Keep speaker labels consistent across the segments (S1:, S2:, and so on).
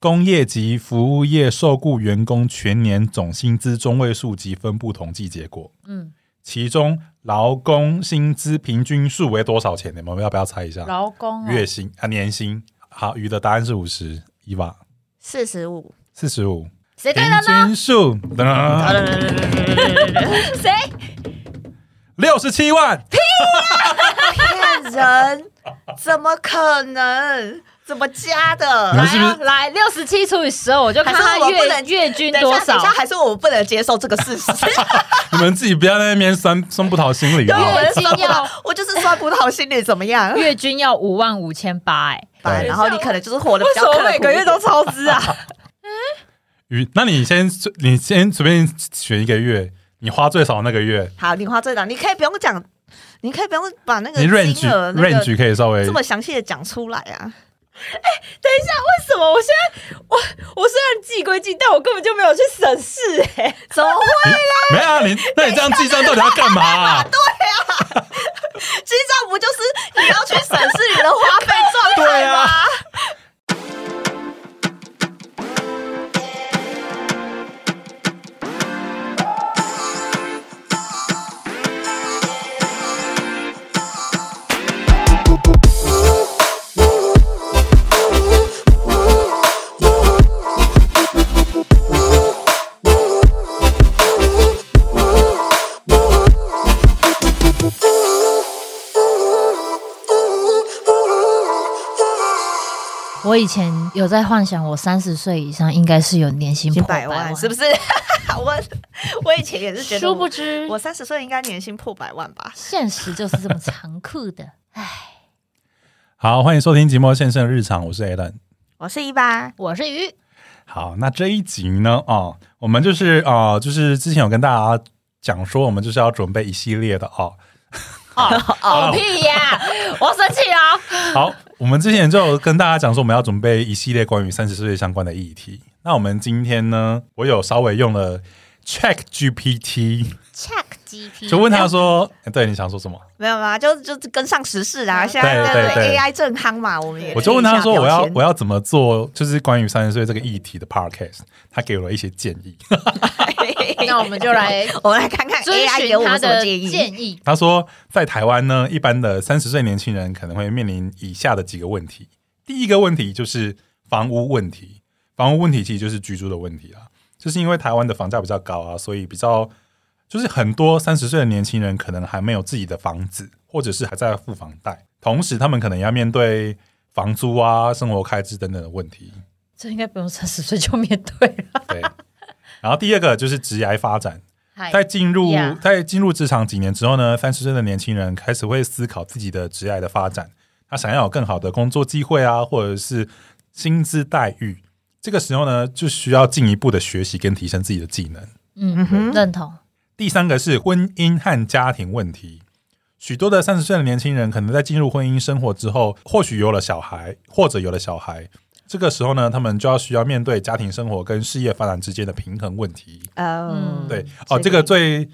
S1: 工业及服务业受雇员工全年总薪资中位数及分布统计结果，
S2: 嗯，
S1: 其中劳工薪资平均数为多少钱？你们要不要猜一下？
S2: 劳工
S1: 啊月薪啊，年薪。好，鱼的答案是五十，伊娃
S2: 四十五，
S1: 四十五。
S2: 谁对
S1: 平
S2: 了呢？
S1: 均数，
S2: 谁
S1: 六十七万，
S3: 骗人，怎么可能？怎么加
S1: 你
S3: 的
S1: 们？是不是
S2: 来六十七除以十二，我就看
S3: 还
S2: 他
S3: 是我不
S2: 月
S3: 能
S2: 月均
S3: 等一
S2: 多
S3: 下，等
S2: 少
S3: 一。下，还是我不能接受这个 事实。
S1: 你们自己不要在那边酸酸葡萄心理
S3: 对，
S1: 啊
S3: 我！
S2: 月
S3: 的
S2: 经
S3: 酸葡萄
S2: 要，
S3: 我就是酸葡萄心理，怎么样？
S2: 月均要五万五千八，哎，
S1: 对
S3: 然后你可能就是活得比较刻苦一点
S2: 超支啊？
S1: 鱼，那你先你先随便选一个月，你花最少的那个月，
S3: 好，你花最大，你可以不用讲，你可以不用把那个
S1: 你 range
S3: 金额那个
S1: range 可以稍微
S3: 这么详细的讲出来啊。
S4: 为什么？我现在我我虽然记归记，但我根本就没有去审视哎、
S3: 怎么会
S1: 没有啊？你那你这样记账到底要干嘛啊？
S3: 记账不就是你要去审视你的花费状
S1: 对
S3: 态吗？
S1: 啊，
S2: 我以前有在幻想，我三十岁以上应该是有年薪
S3: 一
S2: 破
S3: 百万是不
S2: 是？
S3: 是？ 我我以前也是觉得
S2: 殊不
S3: 我，
S2: 知，
S3: 我三十岁应该年薪破百万吧？
S2: 现实就是这么残酷 的。唉，
S1: 好，欢迎收听《寂寞先生日常》，我是 Alan。
S3: 我哦是一八，
S2: 我是鱼，
S1: 好，那这一集呢，哦，我们就是哦，就是之前有跟大家讲说，我们就是要准备一系列的哦。
S2: 哦屁呀！我生气了。
S1: 好，我们之前就有跟大家讲说，我们要准备一系列关于三十岁相关的议题。那我们今天呢，我有稍微用了 Check GPT，
S2: Check GP，
S1: 就问他说，哎对你想说什么？
S3: 没有吗？就就跟上时事啊，现在
S1: 对
S3: 那个
S1: 对对
S3: AI 正夯嘛，我们也
S1: 我就问他说，
S3: 贴
S1: 我
S3: 一下
S1: 要
S3: 标签
S1: 我要怎么做，就是关于三十岁这个议题的 podcast，他给了一些建议。
S2: 那我们 就来
S3: 我们来看看
S2: 遵
S3: AI 给
S2: 循
S3: 我
S2: 他
S3: 们什么
S2: 的
S3: 建议。
S2: 建议。
S1: 他说，在台湾呢，一般的三十岁年轻人可能会面临以下的几个问题。第一个问题就是房屋问题，房屋问题其实就是居住的问题啦，就是因为台湾的房价比较高啊，所以比较就是很多三十岁的年轻人可能还没有自己的房子，或者是还在付房贷，同时他们可能要面对房租啊、生活开支等等的问题。
S2: 这应该不用三十岁就面对了。
S1: 对，然后第二个就是职业发展，
S2: 嗨
S1: 在进入
S2: Yeah
S1: 在进入职场几年之后呢，三十岁的年轻人开始会思考自己的职业的发展，他想要有更好的工作机会啊，或者是薪资待遇。这个时候呢，就需要进一步的学习跟提升自己的技能。
S2: 嗯，
S3: 哼，
S2: 认同。
S1: 第三个是婚姻和家庭问题。许多的三十岁的年轻人，可能在进入婚姻生活之后，或许有了小孩，或者有了小孩，这个时候呢，他们就要需要面对家庭生活跟事业发展之间的平衡问题。
S3: 嗯
S2: 嗯，
S1: 对，
S2: 所
S1: 哦，
S2: 以
S1: 这个最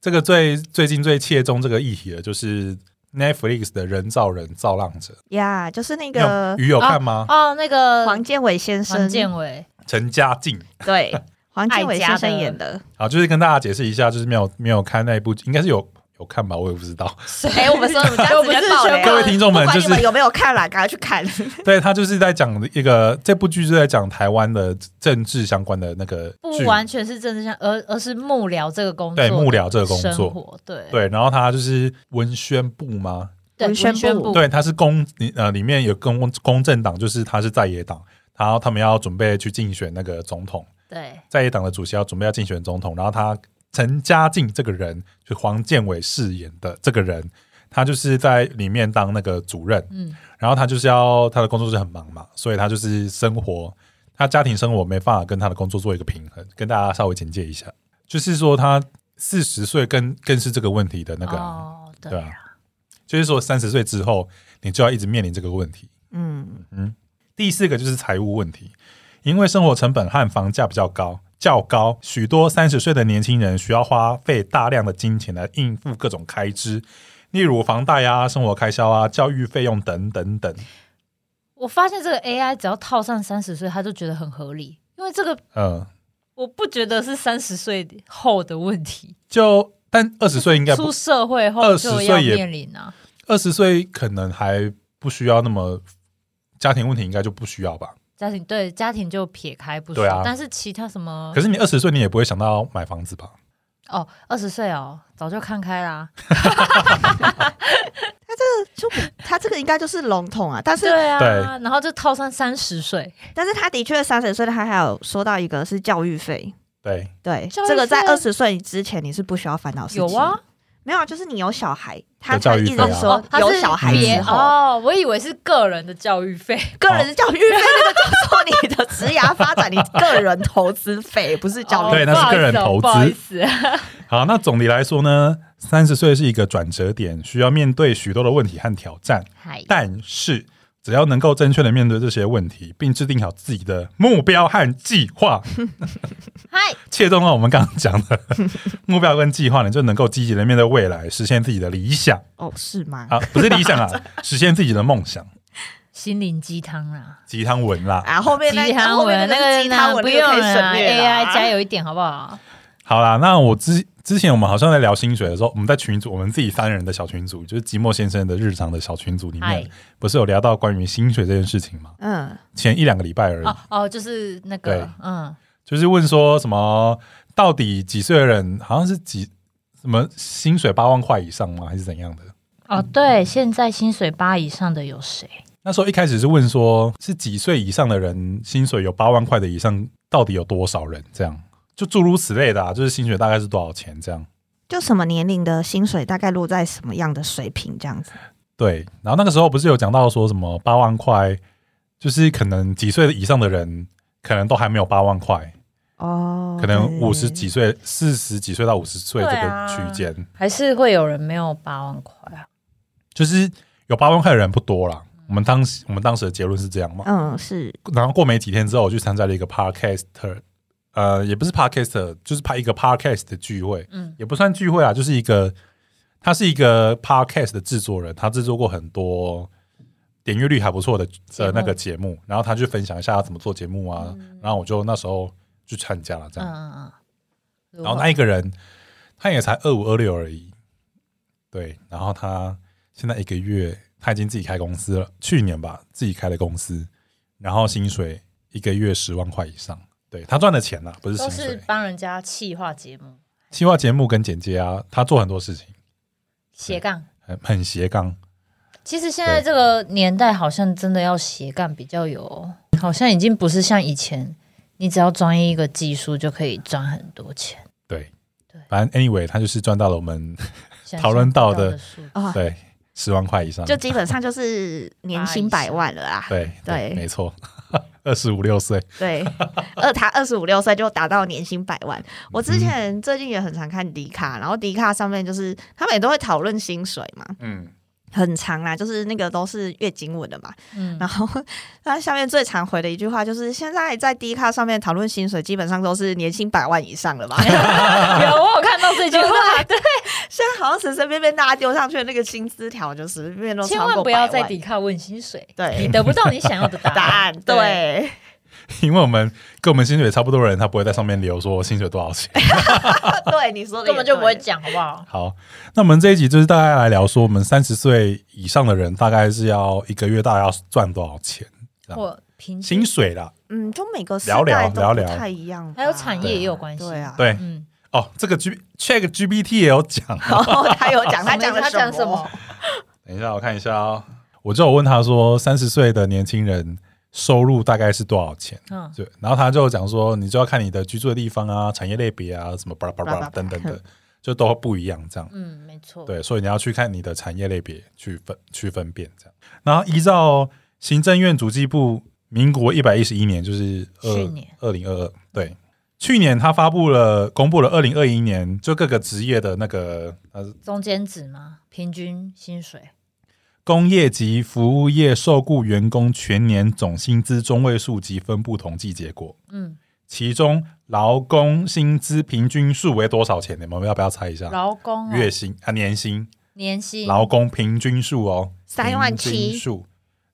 S1: 这个最最近最切中这个议题的，就是 Netflix 的人造人造浪者。
S3: 呀，就是那
S1: 你有
S3: 个
S1: 鱼有看吗？
S2: 哦，那个
S3: 黄建伟先生，
S2: 黄建伟，
S1: 陈嘉静。
S3: 对，黄建伟先
S2: 爱家
S3: 生
S2: 的
S3: 演的。
S1: 好，就是跟大家解释一下，就是没有没有看那一部，应该是有有看吧，我也不知 道。
S3: 哎，我们 说我们
S2: 又
S3: 家
S2: 不是
S3: 直接爆雷啊，
S1: 各位听众们
S3: 不管
S1: 就
S3: 你们
S1: 是
S3: 有没有看啦，赶快去 看。
S1: 对他就是在讲一个这部剧，就在讲台湾的政治相关的那个
S2: 不
S1: 剧，
S2: 完全是政治上，而而是幕僚这个工作，
S1: 对幕僚这个工
S2: 生
S1: 作。
S2: 活，对
S1: 对，然后他就是文宣部吗？
S2: 对，
S3: 文宣
S2: 文宣
S3: 部
S2: 部，
S1: 对，他是公里呃里面有公公正党，就是他是在野党，然后他们要准备去竞选那个总统，
S2: 对
S1: 在野党的主席要准备要竞选总统，然后他陈嘉静这个人，就黄建伟饰演的这个人，他就是在里面当那个主任，
S2: 嗯，
S1: 然后他就是要他的工作是很忙嘛，所以他就是生活，他家庭生活没办法跟他的工作做一个平衡，跟大家稍微简介一下，就是说他四十岁更更是这个问题的那个啊、
S2: 哦，
S1: 对
S2: 对
S1: 啊，就是说三十岁之后，你就要一直面临这个问题。
S3: 嗯，
S1: 第四个就是财务问题，因为生活成本和房价比较高，较高，许多三十岁的年轻人需要花费大量的金钱来应付各种开支，例如房贷啊、生活开销啊、教育费用等等等。
S2: 我发现这个 AI 只要套上三十岁，他就觉得很合理，因为这个
S1: 嗯，
S2: 我不觉得是三十岁后的问题，
S1: 就但二十岁应该
S2: 出
S1: 不，
S2: 社会后
S1: 20岁
S2: 就要
S1: 也
S2: 面临啊。
S1: 二十岁可能还不需要那么家庭问题，应该就不需要吧。
S2: 家庭对家庭就撇开不说，
S1: 对啊
S2: 但是其他什么
S1: 可是你二十岁，你也不会想到买房子吧？
S2: 哦，二十岁哦，早就看开 啦。
S3: 就他这个应该就是笼统啊，但是
S2: 对啊，
S1: 对
S2: 然后就套上三十岁，
S3: 但是他的确三十岁，他还有说到一个是教育费，
S1: 对，
S3: 对，
S2: 教育费
S3: 这个在二十岁之前你是不需要烦恼事情。
S2: 有啊，，
S3: 没有啊，就是你有小孩，他
S1: 有教
S3: 才
S1: 育
S3: 一
S1: 费
S3: 直
S1: 啊
S3: 说
S2: 哦他
S3: 有
S2: 是
S3: 小孩
S2: 别
S3: 之后，
S2: 哦，我以为是个人的教育费，
S3: 个人的教育费那个叫做你的职涯发展，你个人投资费不是教
S2: 哦
S3: 育
S1: 对
S3: 费。
S1: 那是个人投资
S2: 不好意思哦不好意思
S1: 好，那总的来说呢，三十岁是一个转折点，需要面对许多的问题和挑战。
S2: 嗨，
S1: 但是，只要能够正确的面对这些问题，并制定好自己的目标和计划，
S2: 嗨，
S1: 切中了我们刚刚讲的目标跟计划，你就能够积极的面对未来，实现自己的理想
S3: 哦，是吗？
S1: 啊，不是理想啊，实现自己的梦想。
S2: 心灵鸡汤啦，
S1: 鸡汤文啦，
S3: 啊，后面那
S2: 鸡汤
S3: 后面
S2: 文那
S3: 个
S2: 个
S3: 鸡汤
S2: 呢
S3: 文
S2: 不
S3: 那个
S2: 用
S3: 可以省
S2: 啦
S3: 略啦
S2: ，AI 加油一点好不好？
S1: 好啦，那我之之前我们好像在聊薪水的时候，我们在群组，我们自己三人的小群组，就是寂寞先生的日常的小群组里
S2: 嗨
S1: 面，不是有聊到关于薪水这件事情吗？
S3: 嗯，
S1: 前一两个礼拜而已，
S2: 哦哦，就是那个
S1: 对，
S2: 嗯，
S1: 就是问说什么到底几岁的人好像是几什么薪水八万块以上吗？还是怎样的？
S2: 哦，对，现在薪水八以上的有谁？
S1: 那时候一开始是问说，是几岁以上的人薪水有八万块的以上，到底有多少人？这样就诸如此类的啊，就是薪水大概是多少钱这样。
S3: 就什么年龄的薪水大概落在什么样的水平这样子？
S1: 对，然后那个时候不是有讲到说什么八万块，就是可能几岁以上的人可能都还没有八万块，
S3: 哦，
S1: 可能
S3: 对
S1: 五十，几岁、四十几岁到五十岁这
S2: 对
S1: 个
S2: 啊
S1: 区间，
S2: 还是会有人没有八万块啊？
S1: 就是有八万块的人不多啦。我们当时我们当时的结论是这样嘛，
S3: 嗯，是
S1: 然后过没几天之后，我去参加了一个 podcaster，呃，也不是 podcaster，就是拍一个 podcast 的聚会，
S2: 嗯
S1: 也不算聚会啊，就是一个，他是一个 podcast 的制作人，他制作过很多点阅率还不错的
S2: 节
S1: 呃
S2: 目
S1: 那个节目，然后他去分享一下他怎么做节目啊，然后我就那时候去参加了这
S2: 嗯
S1: 样，
S2: 嗯嗯。如
S1: 然后
S2: 何
S1: 那一个人他也才二五二六而已，对，然后他现在一个月他已经自己开公司了，去年吧自己开的公司，然后薪水一个月十万块以上，对他赚的钱呐、不是薪
S2: 都是
S1: 水，
S2: 帮人家企划节目
S1: 企划节目跟剪接啊，他做很多事情，
S2: 斜杠。
S1: 很很斜杠，
S2: 其实现在这个年代，好像真的要斜杠比较有，好像已经不是像以前，你只要专一一个技术就可以赚很多钱。
S1: 对
S2: 对。
S1: 反正 anyway，他就是赚到了我们
S2: 想象
S1: 讨论到
S2: 不
S1: 的
S2: 的数字
S3: 哦，
S1: 对啊十万块以上，
S3: 就基本上就是年薪百万了啦。
S1: 对
S3: 对
S1: 没错， 二十五六岁，
S3: 对， 二他二十五六岁就达到年薪百万。我
S2: 嗯
S3: 之前最近也很常看迪卡，然后迪卡上面就是他们也都会讨论薪水嘛，
S1: 嗯，
S3: 很长啦，就是那个都是月经文的嘛。
S2: 嗯，
S3: 然后他下面最常回的一句话就是：现在在迪卡上面讨论薪水，基本上都是年薪百万以上 了吧？
S2: 有我有看到这句话， 对，
S3: 现在好像随随便便大家丢上去的那个薪资条，就随随便便都
S2: 千
S3: 啊超
S2: 万
S3: 过
S2: 不要
S3: 百万
S2: 再抵抗问薪水，你
S3: 对
S2: 得不到你想要的答案。
S3: 答案，对。
S1: 因为我们跟我们薪水差不多的人，他不会在上面留说薪水多少钱。
S3: 对你说的也
S2: 根本就不会
S3: 对
S2: 讲，好不好？
S1: 好，那我们这一集就是大概来聊说，我们三十岁以上的人大概是要一个月大概要赚多少钱，这样
S2: 我平均
S1: 啊薪水啦。
S3: 嗯，就每个时
S1: 聊聊
S3: 代都
S1: 聊
S3: 不
S1: 聊
S3: 太一样吧，
S2: 还有产业也有关系。
S3: 对啊，
S1: 对，
S2: 嗯，
S1: 哦，这个 G Check GPT 也有讲。
S3: 然后他有讲，他讲了
S2: 他讲什么？？
S1: 等一下，我看一下哦。我就有问他说，三十岁的年轻人收入大概是多少钱？
S2: 嗯，
S1: 对，然后他就讲说，你就要看你的居住的地方啊、产业类别啊、什么巴拉巴拉巴拉等等的，就都不一样这样。
S2: 嗯，没错。
S1: 对，所以你要去看你的产业类别去分去分辨这样。然后依照行政院主计部民国一百一十一年，就是
S2: 去年
S1: 二零二二，对，去年他发布了公布了二零二一年就各个职业的那个呃
S2: 中间值吗？平均薪水
S1: 工业及服务业受雇员工全年总薪资中位数及分布统计结果，
S2: 嗯，
S1: 其中劳工薪资平均数为多少钱？你们要不要猜一下？
S2: 劳工、哦、
S1: 月啊薪啊，年薪，
S2: 年薪
S1: 劳工平均数哦，
S3: 3万
S1: 平均数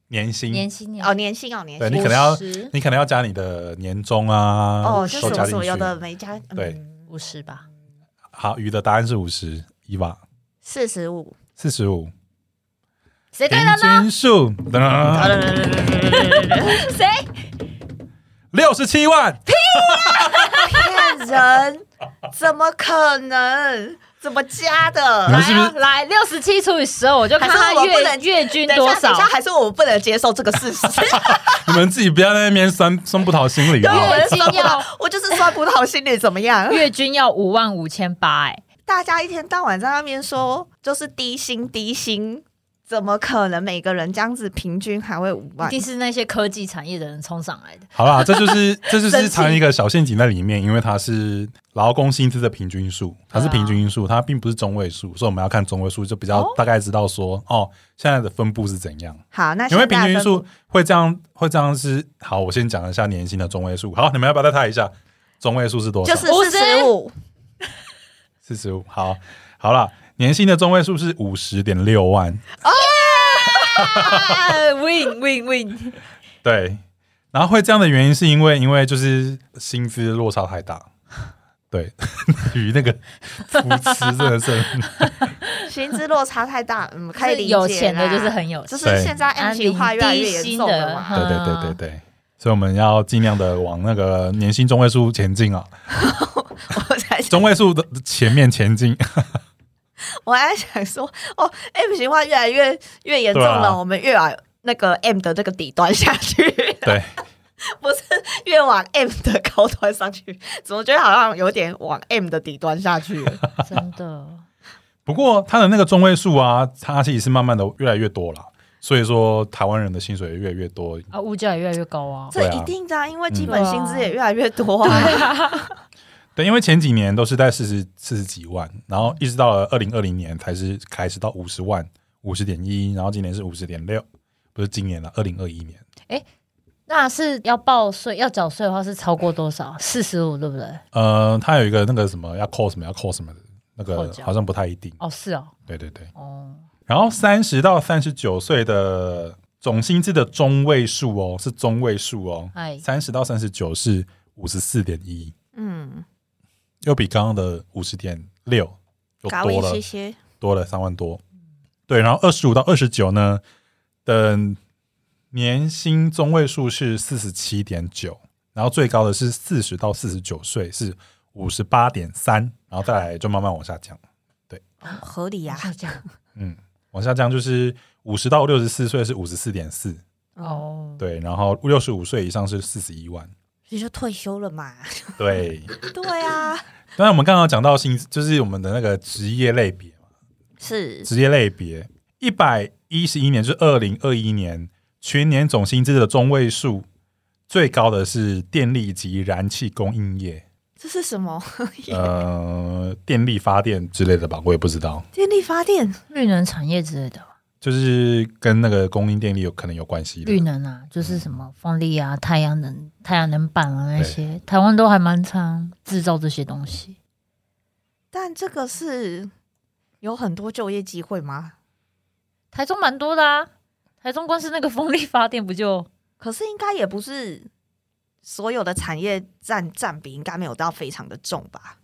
S1: 年薪，
S2: 年轻年
S3: 哦，年薪哦，年
S1: 对
S3: 薪
S1: 啊你可能要
S2: 50
S1: 你可能要加你的年终啊，
S3: 哦，就
S1: 都
S3: 什
S1: 加
S3: 么
S1: 进
S3: 什么
S1: 去。
S3: 有的没加，嗯
S1: 对，
S2: 五十吧，
S1: 好，鱼的答案是五十一吧，
S3: 四十五，
S1: 四十五，
S3: 谁
S1: 平
S3: 对了呢？
S1: 均数，
S4: 谁？
S1: 六十七万，
S3: 骗人，怎么可能？怎么加的？
S1: 你
S2: 来
S1: 们是不是
S2: 啊来六十七除以十二，我就看
S3: 还
S2: 他
S3: 是我不
S2: 月
S3: 能
S2: 月均
S3: 等一
S2: 多
S3: 下，等
S2: 少
S3: 一。下，还是我们不能接受这个 事实。
S1: 你们自己不要在那边酸酸葡萄心理
S3: 对，我
S1: 啊！
S3: 们酸葡
S2: 月经
S3: 萄
S2: 要，
S3: 我就是酸葡萄心理怎么 样？
S2: 月均要五万五千八，哎，
S3: 大家一天到晚在那边说就是低薪低薪，怎么可能每个人这样子平均还会五
S2: 一
S3: 万？
S2: 定是那些科技产业的人冲上来的。
S1: 好啦，这 就是这就
S2: 生气
S1: 是藏一个小陷阱在里面，因为它是劳工薪资的平均数，它是
S2: 对啊
S1: 平均数，它并不是中位数，所以我们要看中位数，就比较
S2: 哦
S1: 大概知道说哦，现在的分布是怎样。
S3: 好，那
S1: 因为
S3: 现在
S1: 平均
S3: 分
S1: 数会这样会这样是好，我先讲一下年薪的中位数。好，你们要不要再猜一下中位数是多少？
S3: 就是四十五，
S1: 四十五。好，好了，年薪的中位数是五十点六万。
S4: 啊，win win win！
S1: 对，然后会这样的原因是因为因为就是薪资落差太大。对， 与那个扶持真的是
S3: 薪资落差太大，嗯，可以理解啦。
S2: 有钱的就是很有
S3: 就
S2: 钱，
S3: 是
S1: 对
S3: 现在 M 型化越来越严重了
S2: 啊
S3: 嘛
S2: 零。
S1: 对对对对对，所以我们要尽量的往那个年薪中位数前进啊，
S3: 我才
S1: 中位数的前面前进。
S3: 我还想说，哦，M 型化越来越越严重
S1: 对
S3: 了，
S1: 啊
S3: 我们越往那个 M 的这个底端下去，
S1: 对，
S3: 不是越往 M 的高端上去，怎么觉得好像有点往 M 的底端下去了？
S2: 真的。
S1: 不过它的那个中位数啊，它其实是慢慢的越来越多了，所以说台湾人的薪水也越来越多。
S2: 啊，物价也越来越高啊。
S1: 对
S3: 这
S1: 啊
S3: 一定的、啊，因为基
S1: 嗯
S3: 本薪资也越来越多啊。
S1: 对，因为前几年都是在四十四十几万，然后一直到了二零二零年才是开始到五十万，五十点一，然后今年是五十点六，不是今年了，二零二一年。
S2: 那是要报税，要缴税的话是超过多少？四十五，对不对？
S1: 呃，它有一个那个什么要扣什么要扣什么的，那
S2: 扣
S1: 个
S2: 缴
S1: 好像不太一定。
S2: 哦，是哦，
S1: 对对对。
S2: 哦，
S1: 然后三十到三十九岁的总薪资的中位数哦，是中位数哦，
S2: 哎，
S1: 三十到三十九是五十四点一。
S3: 嗯，
S1: 又比刚刚的五十点六又
S3: 高一
S1: 多了
S3: 些些，
S1: 多了三万多。对，然后二十五到二十九呢的年薪中位数是四十七点九，然后最高的是四十到四十九岁是五十八点三，然后再来就慢慢往下降，
S3: 哦合理啊 呀、
S2: 就这样。
S1: 嗯，往下降就是五十到六十四岁是五十四点四，
S3: 哦，
S2: 哦，
S1: 对，然后六十五岁以上是四十一万，
S3: 你就退休了 嘛？
S1: 对。
S3: 对啊，
S1: 当然我们刚刚讲到薪资，就是我们的那个职业类别嘛。
S3: 是
S1: 职业类别，一百一十一年就是二零二一年全年总薪资的中位数，最高的是电力及燃气供应业，
S3: 这是什么？
S1: 呃，电力发电之类的吧，我也不知道，
S3: 电力发电
S2: 绿能产业之类的吧，
S1: 就是跟那个供应电力有可能嗯有关系的
S2: 绿。能啊，就是什么风力啊、太阳能、太阳能板啊那些，台湾都还蛮常制造这些东西。
S3: 但这个是有很多就业机会吗？
S2: 台中蛮多的啊，台中光是那个风力发电不就
S3: 可是应该也不是所有的产业占占比应该没有到非常的重吧？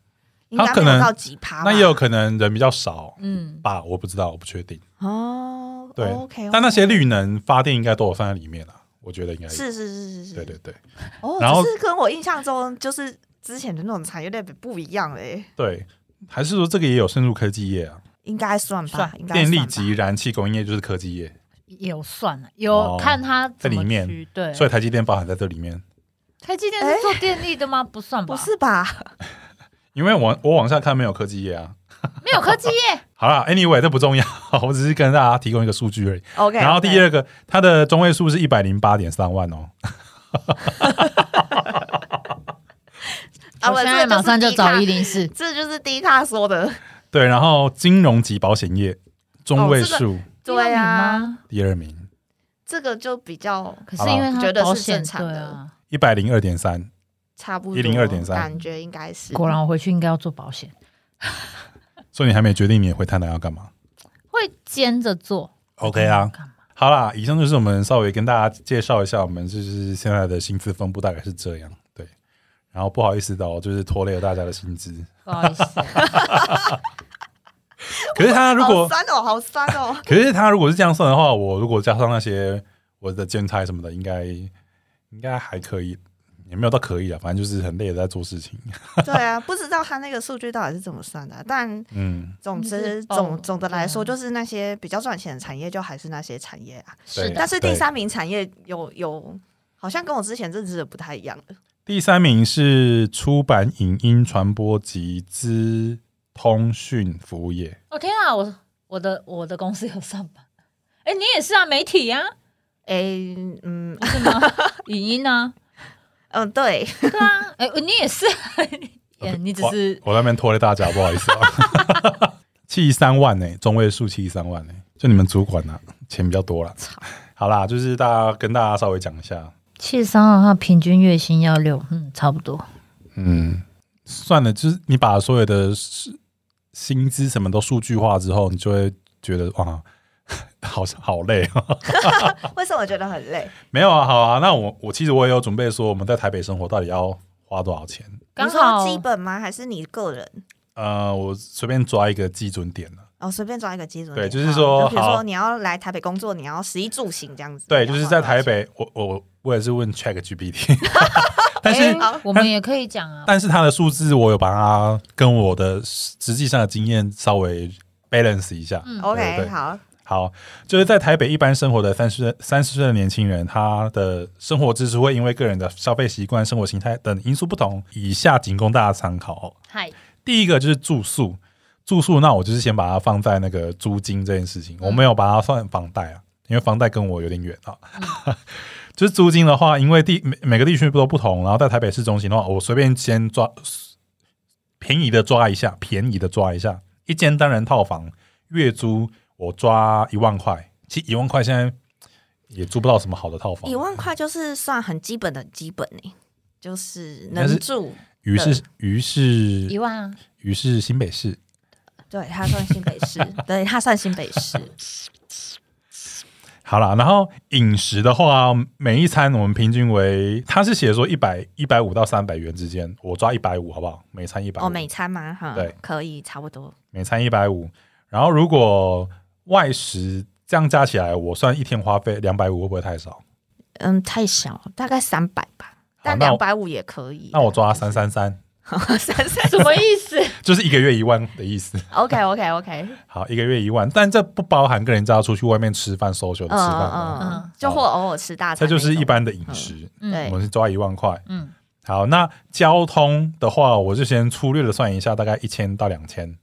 S3: 应该
S1: 可
S3: 没有
S1: 能
S3: 到几趴吧？
S1: 那也有可能人比较少
S2: 嗯
S1: 吧，我不知道，我不确定。
S3: 哦，
S1: 对
S3: o k
S1: 但那些绿能发电应该都有放在里面了，我觉得应该有。
S3: 是是是是是，
S1: 对对对
S3: 哦，
S1: 然后
S3: 只是跟我印象中就是之前的那种产业类别不一样嘞，
S1: 对，还是说这个也有深入科技业啊？
S3: 应该算吧，
S2: 算
S3: 啊应该
S1: 电力
S3: 算吧
S1: 及燃气供应业就是科技业，
S2: 也有算了，有、
S1: 哦
S2: 看它怎么
S1: 在里面
S2: 去对，
S1: 所以台积电包含在这里面。
S2: 台积电是做电力的吗？不算吧，
S3: 哎不是吧？
S1: 因为我我往下看没有科技业啊。
S2: 没有科技业。
S1: 好啦 a n y w a y 这不重要， 我只是跟大家提供一个数据而已。
S3: OK，
S1: 然后第
S3: OK，
S1: 二个，它的中位数是一百零八点三万哦。
S3: 啊，
S2: 我
S3: 我
S2: 现在马上就找一
S3: 点，
S2: 零四，
S3: 这就是低卡 说的，
S1: 对，然后金融及保险业中位
S3: 哦这
S1: 数、
S3: 对
S2: 108
S3: 啊，
S2: 吗，
S1: 第二名，
S3: 这个就比较
S2: 可是因为
S3: 好
S2: 它
S3: 觉得
S2: 保
S3: 是
S2: 险
S3: 正常
S2: 对
S3: 的
S2: 啊，
S1: 一百零二点三。
S3: 差不多，
S1: 102.3
S3: 感觉应该是
S2: 果然我回去应该要做保险，
S1: 所以你还没决定你回台南要干嘛
S2: 会兼着做。
S1: ？OK 啊。
S2: 干嘛？
S1: 好啦，以上就是我们稍微跟大家介绍一下，我们就是现在的薪资分布大概是这样，对。然后不好意思的哦，就是拖累了大家的薪资。
S2: 不好意思，
S1: 可是他 如
S3: 好
S1: 果，，
S3: 酸哦，好酸哦
S1: 可是他如果是这样算的话，我如果加上那些我的兼差什么的，应该应该还可以，也没有到可以啊，反正就是很累的在做事情。
S3: 对啊，不知道他那个数据到底是怎么算的啊，但
S1: 嗯，
S3: 总
S2: 就
S3: 之
S2: 是
S3: 总
S2: 哦
S3: 总的来说，
S2: 对
S3: 就是那些比较赚钱的产业，就还是那些产业啊。
S2: 是的
S3: 但，是第
S1: 对
S3: 三名产业有有，好像跟我之前认知的不太一样了。
S1: 第三名是出版、影音、传播及资通讯服务业。
S2: 哦天啊，我我的我的公司有上班，哎，你也是啊，媒体啊，
S3: 诶，嗯
S2: 是吗？影音啊，
S3: 嗯，对，
S2: 对啊，哎，你也是啊，
S1: 呃
S2: 哎你只是
S1: 我在那边拖累大家，不好意思啊。 七三万呢、中位数七三万呢、就你们主管啊，钱比较多啦。好啦，就是大家跟大家稍微讲一下，
S2: 七十三的话，平均月薪要六，嗯，差不多。
S1: 嗯，算了，就是你把所有的是薪资什么都数据化之后，你就会觉得哇，好好累啊。
S3: 为什么我觉得很累？
S1: 没有啊，好啊，那我我其实我也有准备说，我们在台北生活到底要花多少钱？
S2: 刚
S3: 你说
S2: 好
S3: 基本吗？还是你个人？
S1: 呃，我随便抓一个基准点了。
S3: 哦，随便抓一个基准
S1: 对
S3: 点。
S1: 就是
S3: 好
S1: 说
S3: 就比如
S1: 好
S3: 说你要来台北工作，你要食衣住行这样子。
S1: 对，
S3: 你
S1: 就
S3: 要
S1: 是
S3: 花
S1: 在
S3: 多少
S1: 台
S3: 钱。
S1: 北，我我我也是问 Chat GPT，但是、
S2: 哎我们也可以讲啊，
S1: 但是它的数字我有把它跟我的实际上的经验稍微 balance 一下。
S2: 嗯
S1: 对对
S3: OK，
S1: 对
S3: 好，
S1: 好，就是在台北一般生活的三十三十岁的年轻人，他的生活支出会因为个人的消费习惯、生活形态等因素不同，以下仅供大家参考哦。
S2: 嗨，
S1: 第一个就是住宿，住宿那我就是先把它放在那个租金这件事情，我没有把它算房贷啊，因为房贷跟我有点远啊。 就是租金的话，因为地每每个地区都不同，然后在台北市中心的话，我随便先抓便宜的抓一下，便宜的抓一下，一间单人套房月租我抓一万块，其实一万块现在也租不到什么好的套房
S3: 一，万块就是算很基本的基本呢、就是
S1: 但是
S3: 能住。
S1: 于是于
S2: 一
S1: 是
S2: 万啊，
S1: 于是新北市，
S3: 对，它算新北 市，对，它算新北市。
S1: 好啦，然后饮食的话，每一餐我们平均为，他是写说一百一百五到三百元之间，我抓一百五好不好？每餐一百
S3: 哦，每餐吗？哈，
S1: 对
S3: 可以，差不多。
S1: 每餐一百五，然后如果外食这样加起来，我算一天花费两百五会不会太少？
S3: 嗯，太小，大概三百吧，但
S1: 那
S3: 两
S1: 我
S3: 百五也可以。
S1: 那我抓三三三，
S3: 三三
S2: 什么意 思？
S1: 就是一个月一万的意思。
S3: ，OK OK OK，
S1: 好，一个月一万，但这不包含跟人家出去外面吃饭、social
S3: 嗯
S1: 的吃饭啊，
S3: 嗯
S2: 嗯，
S3: 就或偶尔吃大
S1: 这
S3: 餐那
S1: 就
S3: 种，
S1: 是一般的饮食。
S2: 嗯
S3: 对
S1: 我们是抓一万块。
S2: 嗯，
S1: 好，那交通的话，我就先粗略的算一下，大概一千到两千。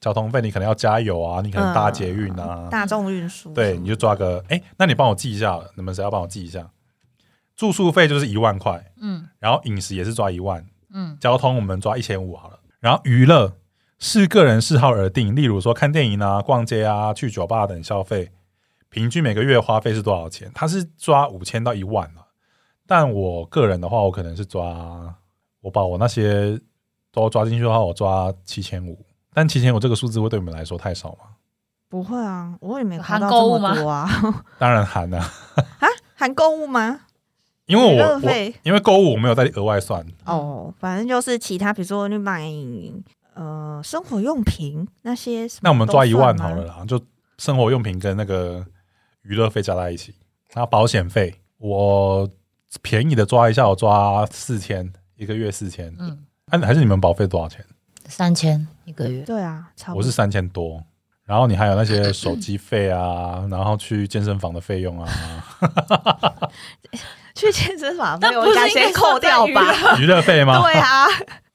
S1: 交通费你可能要加油啊，你可能搭捷运啊，
S3: 大嗯众运输。
S1: 对，你就抓个哎、那你帮我记一下，你们谁要帮我记一下？住宿费就是一万块，
S2: 嗯
S1: 然后饮食也是抓一万，
S2: 嗯，
S1: 交通我们抓一千五好了。然后娱乐视个人嗜好而定，例如说看电影啊、逛街啊、去酒吧等消费，平均每个月花费是多少钱？他是抓五千到一万啊。但我个人的话，我可能是抓，我把我那些都抓进去的话，我抓七千五。但七千五这个数字会对你们来说太少吗？
S3: 不会啊，我也没
S2: 含
S3: 看到
S2: 购物
S3: 这
S2: 吗
S3: 么多啊。
S1: 当然含了、
S3: 啊，含购物吗？
S1: 因为我
S3: 娱乐
S1: 我
S3: 费
S1: 因为购物我没有再额外算，
S3: 哦，反正就是其他，比如说你买呃生活用品那些什么
S1: 那我们抓
S3: 都
S1: 一万
S3: 算啊
S1: 好
S3: 吗
S1: 了。啦，就生活用品跟那个娱乐费加在一起，然后保险费我便宜的抓一下，我抓四千一个月四千，嗯
S2: 嗯，
S1: 还、还是你们保费多少钱？
S2: 三千一个月，
S3: 对啊，差不
S1: 我
S3: 多
S1: 是。三千多，然后你还有那些手机费啊，然后去健身房的费用 啊，
S3: 去健身房
S2: 那
S3: 费，我
S2: 不
S3: 应
S2: 是
S3: 该
S2: 应该
S3: 先扣
S2: 算在
S3: 掉
S2: 娱
S3: 吧？
S1: 娱乐费吗？
S3: 对啊，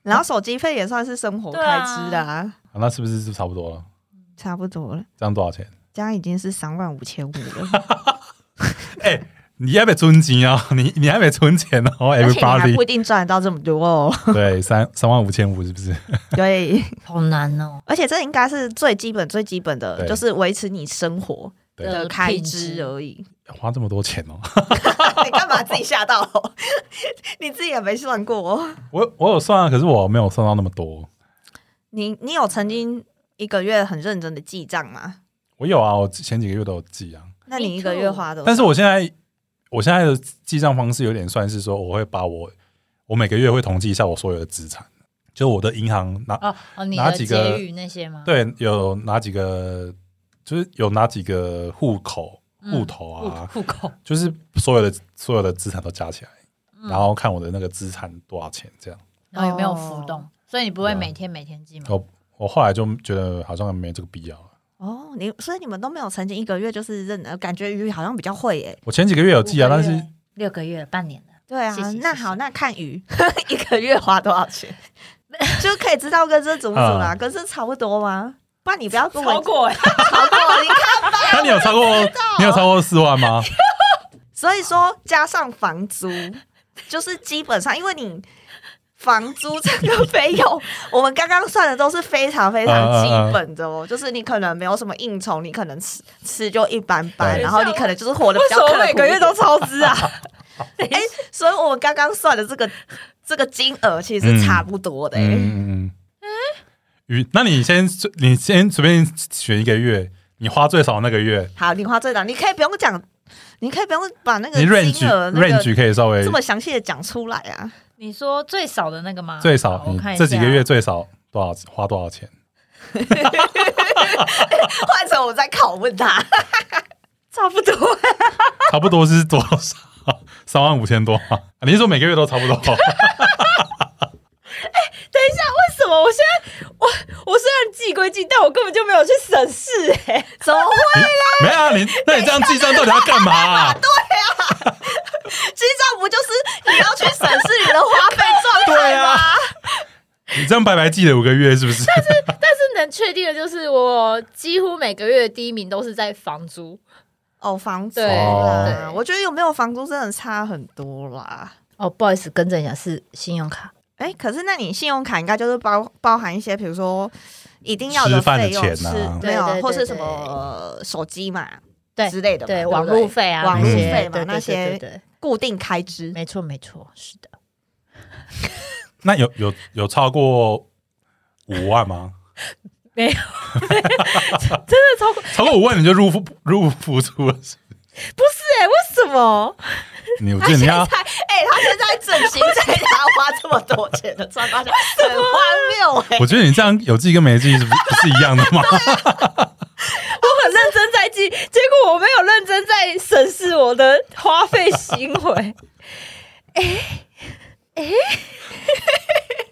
S3: 然后手机费也算是生活
S2: 对啊
S3: 开支的啊，
S1: 啊那是不是就差不多了？
S3: 差不 多了，
S1: 这样多少钱？
S3: 这样已经是三万五千五了，
S1: 哎、你还没存钱啊？ 你你还没存钱哦
S3: 而且你还不一
S1: ，everybody，
S3: 定赚得到这么 多哦。
S1: 对，三三万五千五是不是？
S3: 对，
S2: 好难哦。
S3: 而且这应该是最基本、最基本的，
S1: 对
S3: 就是维持你生活
S1: 对
S3: 的开
S2: 品
S3: 支哦
S2: 质
S3: 而已。
S1: 花这么多钱哦。
S3: 你干嘛自己吓到？ 你自己也没算过哦。
S1: 我我有算啊，可是我没有算到那么多。
S3: 你你有曾经一个月很认真的记账吗？
S1: 我有啊，我前几个月都有记啊。
S3: 那你一个
S4: Me
S3: 月
S4: too
S3: 花多少？
S1: 但是我现在我现在的记账方式有点算是说，我会把我我每个月会统计一下我所有的资产，就我的银行拿
S2: 哦哦，你
S1: 哪
S2: 的
S1: 几
S2: 结
S1: 个
S2: 语那些吗？
S1: 对有哪几个，就是有哪几个户口
S2: 嗯，
S1: 户头
S2: 户
S1: 啊，
S2: 户口，
S1: 就是所有的所有的资产都加起来，
S2: 嗯
S1: 然后看我的那个资产多少钱这样。
S2: 然后有没有浮动？所以你不会
S1: 对啊
S2: 每天每天记吗？
S1: 我我后来就觉得好像没这个必要了。
S3: 哦，你所以你们都没有曾经一个月就是认，呃感觉鱼好像比较会耶。
S1: 我前几个月有记啊，
S2: 五个
S1: 但
S2: 月
S1: 是
S2: 六个月、半年了，
S3: 对啊，
S2: 谢谢
S3: 那
S2: 谢谢
S3: 好，那看鱼 一个月花多少钱， 就可以知道跟这怎么怎么啦，
S1: 啊
S3: 跟这差不多吗？不然你不要跟我
S4: 超过
S2: 哎
S4: 欸
S3: 超过，你 看，
S1: 那你有 超过你有超过四万吗？
S3: 所以说加上 房租，就是基本上因为你。房租这个费 用，我们刚刚算的都是非常非常基本的
S4: 嗯
S3: 哦，就是你可能没有什么应酬，你可能吃吃就一般般，
S1: 对
S3: 然后你可能就是活得
S4: 为
S3: 比
S4: 什
S3: 较刻
S4: 么
S3: 苦
S4: 我每个
S3: 一
S4: 月
S3: 点
S4: 都超支啊？
S3: 哎、所以我们刚刚算的这个这个金额其实是差不多的、欸
S1: 嗯嗯嗯。鱼，那你先随你先随便选一个月，你花最少的那个月，
S3: 好，你花最大，你可以不用讲，你可以不用把那个
S1: 你 range
S3: 金额那个
S1: range 可以稍微
S3: 这么详细的讲出来啊。
S2: 你说最少的那个吗？
S1: 最
S2: 好
S1: 少
S2: 我
S1: 你
S2: 看一
S1: 这
S2: 下
S1: 几个月最少多少花多少钱？
S3: 换成我在拷问 他，
S4: 差不多，
S3: 欸
S1: 差不多是多少？三万五千多吗？啊你是说每个月都差不 多？
S4: 等一下，为什么我现在我我虽然记归记，但我根本就没有去审视哎、
S3: 怎么会？
S1: 没有啊，你那你这样记账到底要干嘛啊？
S3: 记账不就是你要去审视你的花费状态
S1: 对
S3: 吗？
S1: 啊，你这样白白记了五个月是 不是？
S5: 但是能确定的就是，我几乎每个月的第一名都是在房租。
S3: 哦，房租
S5: 对
S1: 哦
S3: 啊，我觉得有没有房租真的差很多啦。
S2: 哦，不好意思，更正一下，是信用卡。
S3: 哎、可是那你信用卡应该就是包包含一些，比如说一定要的
S1: 吃饭的
S3: 费用
S1: 钱
S3: 是
S1: 啊
S3: 没有
S2: 对对，对
S3: 或是什么、呃手机嘛，
S2: 对
S3: 之类的嘛，
S2: 对，
S3: 不
S2: 网路费啊，
S3: 网
S2: 那
S1: 路
S2: 些
S3: 费嘛
S2: 对对
S3: 那些
S2: 对对对，
S3: 固定开 支。
S2: 没错没错，是的。
S1: 那有有有超过五万吗？
S4: 没有
S1: 真的超过超过五万你就入不入不敷出了。是不
S4: 不是哎、为什么？
S1: 是 你我记得你
S4: 啊
S1: 要
S3: 哎、他现在整形才他花这么多钱 的，穿发现很荒谬哎、
S1: 我觉得你这样有记跟没记是不不是一样的吗？
S4: 我很认真在记，结果我没有认真在审视我的花费行为。哎哎、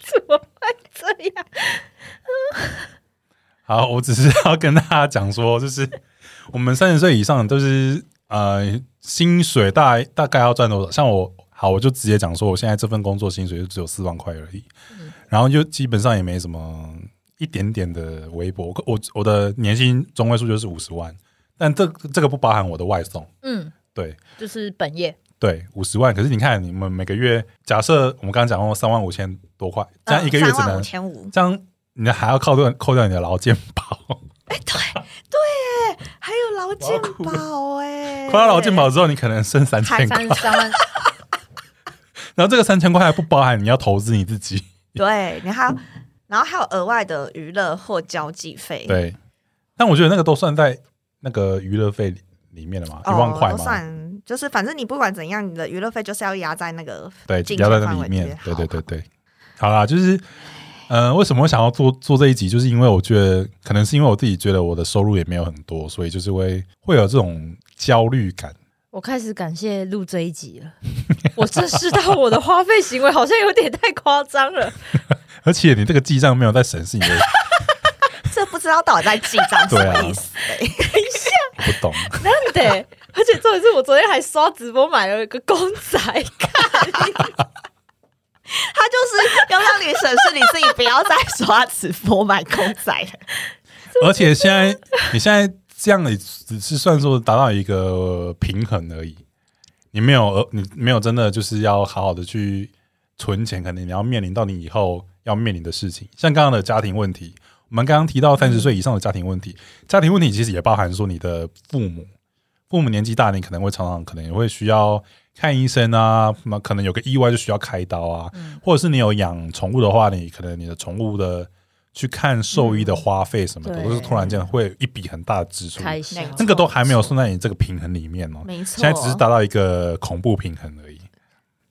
S4: 怎么会这样？
S1: 好，我只是要跟大家讲说，就是 我们三十岁以上都是呃薪水大概大概要赚多少？像我好，我就直接讲说，我现在这份工作薪水就只有四万块而已，
S3: 嗯
S1: 然后就基本上也没什么一点点的微薄。我我我的年薪中位数就是五十万，但这这个不包含我的外送。
S2: 嗯，
S1: 对
S2: 就是本业
S1: 对，五十万。可是你看，你们每个月假设我们刚刚讲过三万五千多块，这样一个月只
S3: 嗯三万
S1: 能
S3: 五千五，
S1: 这样你还要扣掉扣掉你的劳健保，
S3: 还有劳健保哎、
S1: 扣掉劳健保之后，你可能剩三千块，
S2: 三三万，
S1: 然后这个三千块还不包含你要投资你自己，
S3: 对你还有，然后还有额外的娱乐或交际费，
S1: 对。但我觉得那个都算在那个娱乐费里里面了嘛，一
S3: 哦，
S1: 万块
S3: 都
S1: 嘛，
S3: 算就是反正你不管怎样，你的娱乐费就是要压在那个
S1: 对，
S3: 金
S1: 要在
S3: 钱
S1: 那
S3: 范围
S1: 里
S3: 之内
S1: 面，对对，对
S3: 好
S1: 对。好啦，就是呃，为什么我想要做做这一集，就是因为我觉得可能是因为我自己觉得我的收入也没有很多，所以就是会会有这种焦虑感。
S2: 我开始感谢录这一集 了。
S4: 我正视到我的花费行为好像有点太夸张了。
S1: 而且你这个记账没有在审视你的，
S3: 这不知道到底在记账什
S1: 对啊
S3: 么意思、哎
S1: 我不懂。
S4: 对，而且重点是我昨天还刷直播买了一个公仔，
S3: 他就是要让你审视你自己，不要再刷直播买公仔了。
S1: 而且现在你现在这样，你只是算说达到一个平衡而已。你没有，呃你没有真的就是要好好的去存钱，可能你要面临到你以后要面临的事情，像刚刚的家庭问题，我们刚刚提到
S2: 嗯
S1: 三十岁以上的家庭问题，家庭问题其实也包含说你的父母，父母年纪大，你可能会常常可能也会需要看医生啊，那可
S2: 嗯
S1: 能有个意外就需要开刀啊，或者是你有养宠物的话，你可能你的宠物的去看兽医的花费什么的，
S3: 嗯
S1: 都是突然间会有一笔很大的支出，
S2: 开销
S3: 那个
S1: 那个都还没有算在你这个平衡里面哦。
S3: 没错，
S1: 现在只是达到一个恐怖平衡而已。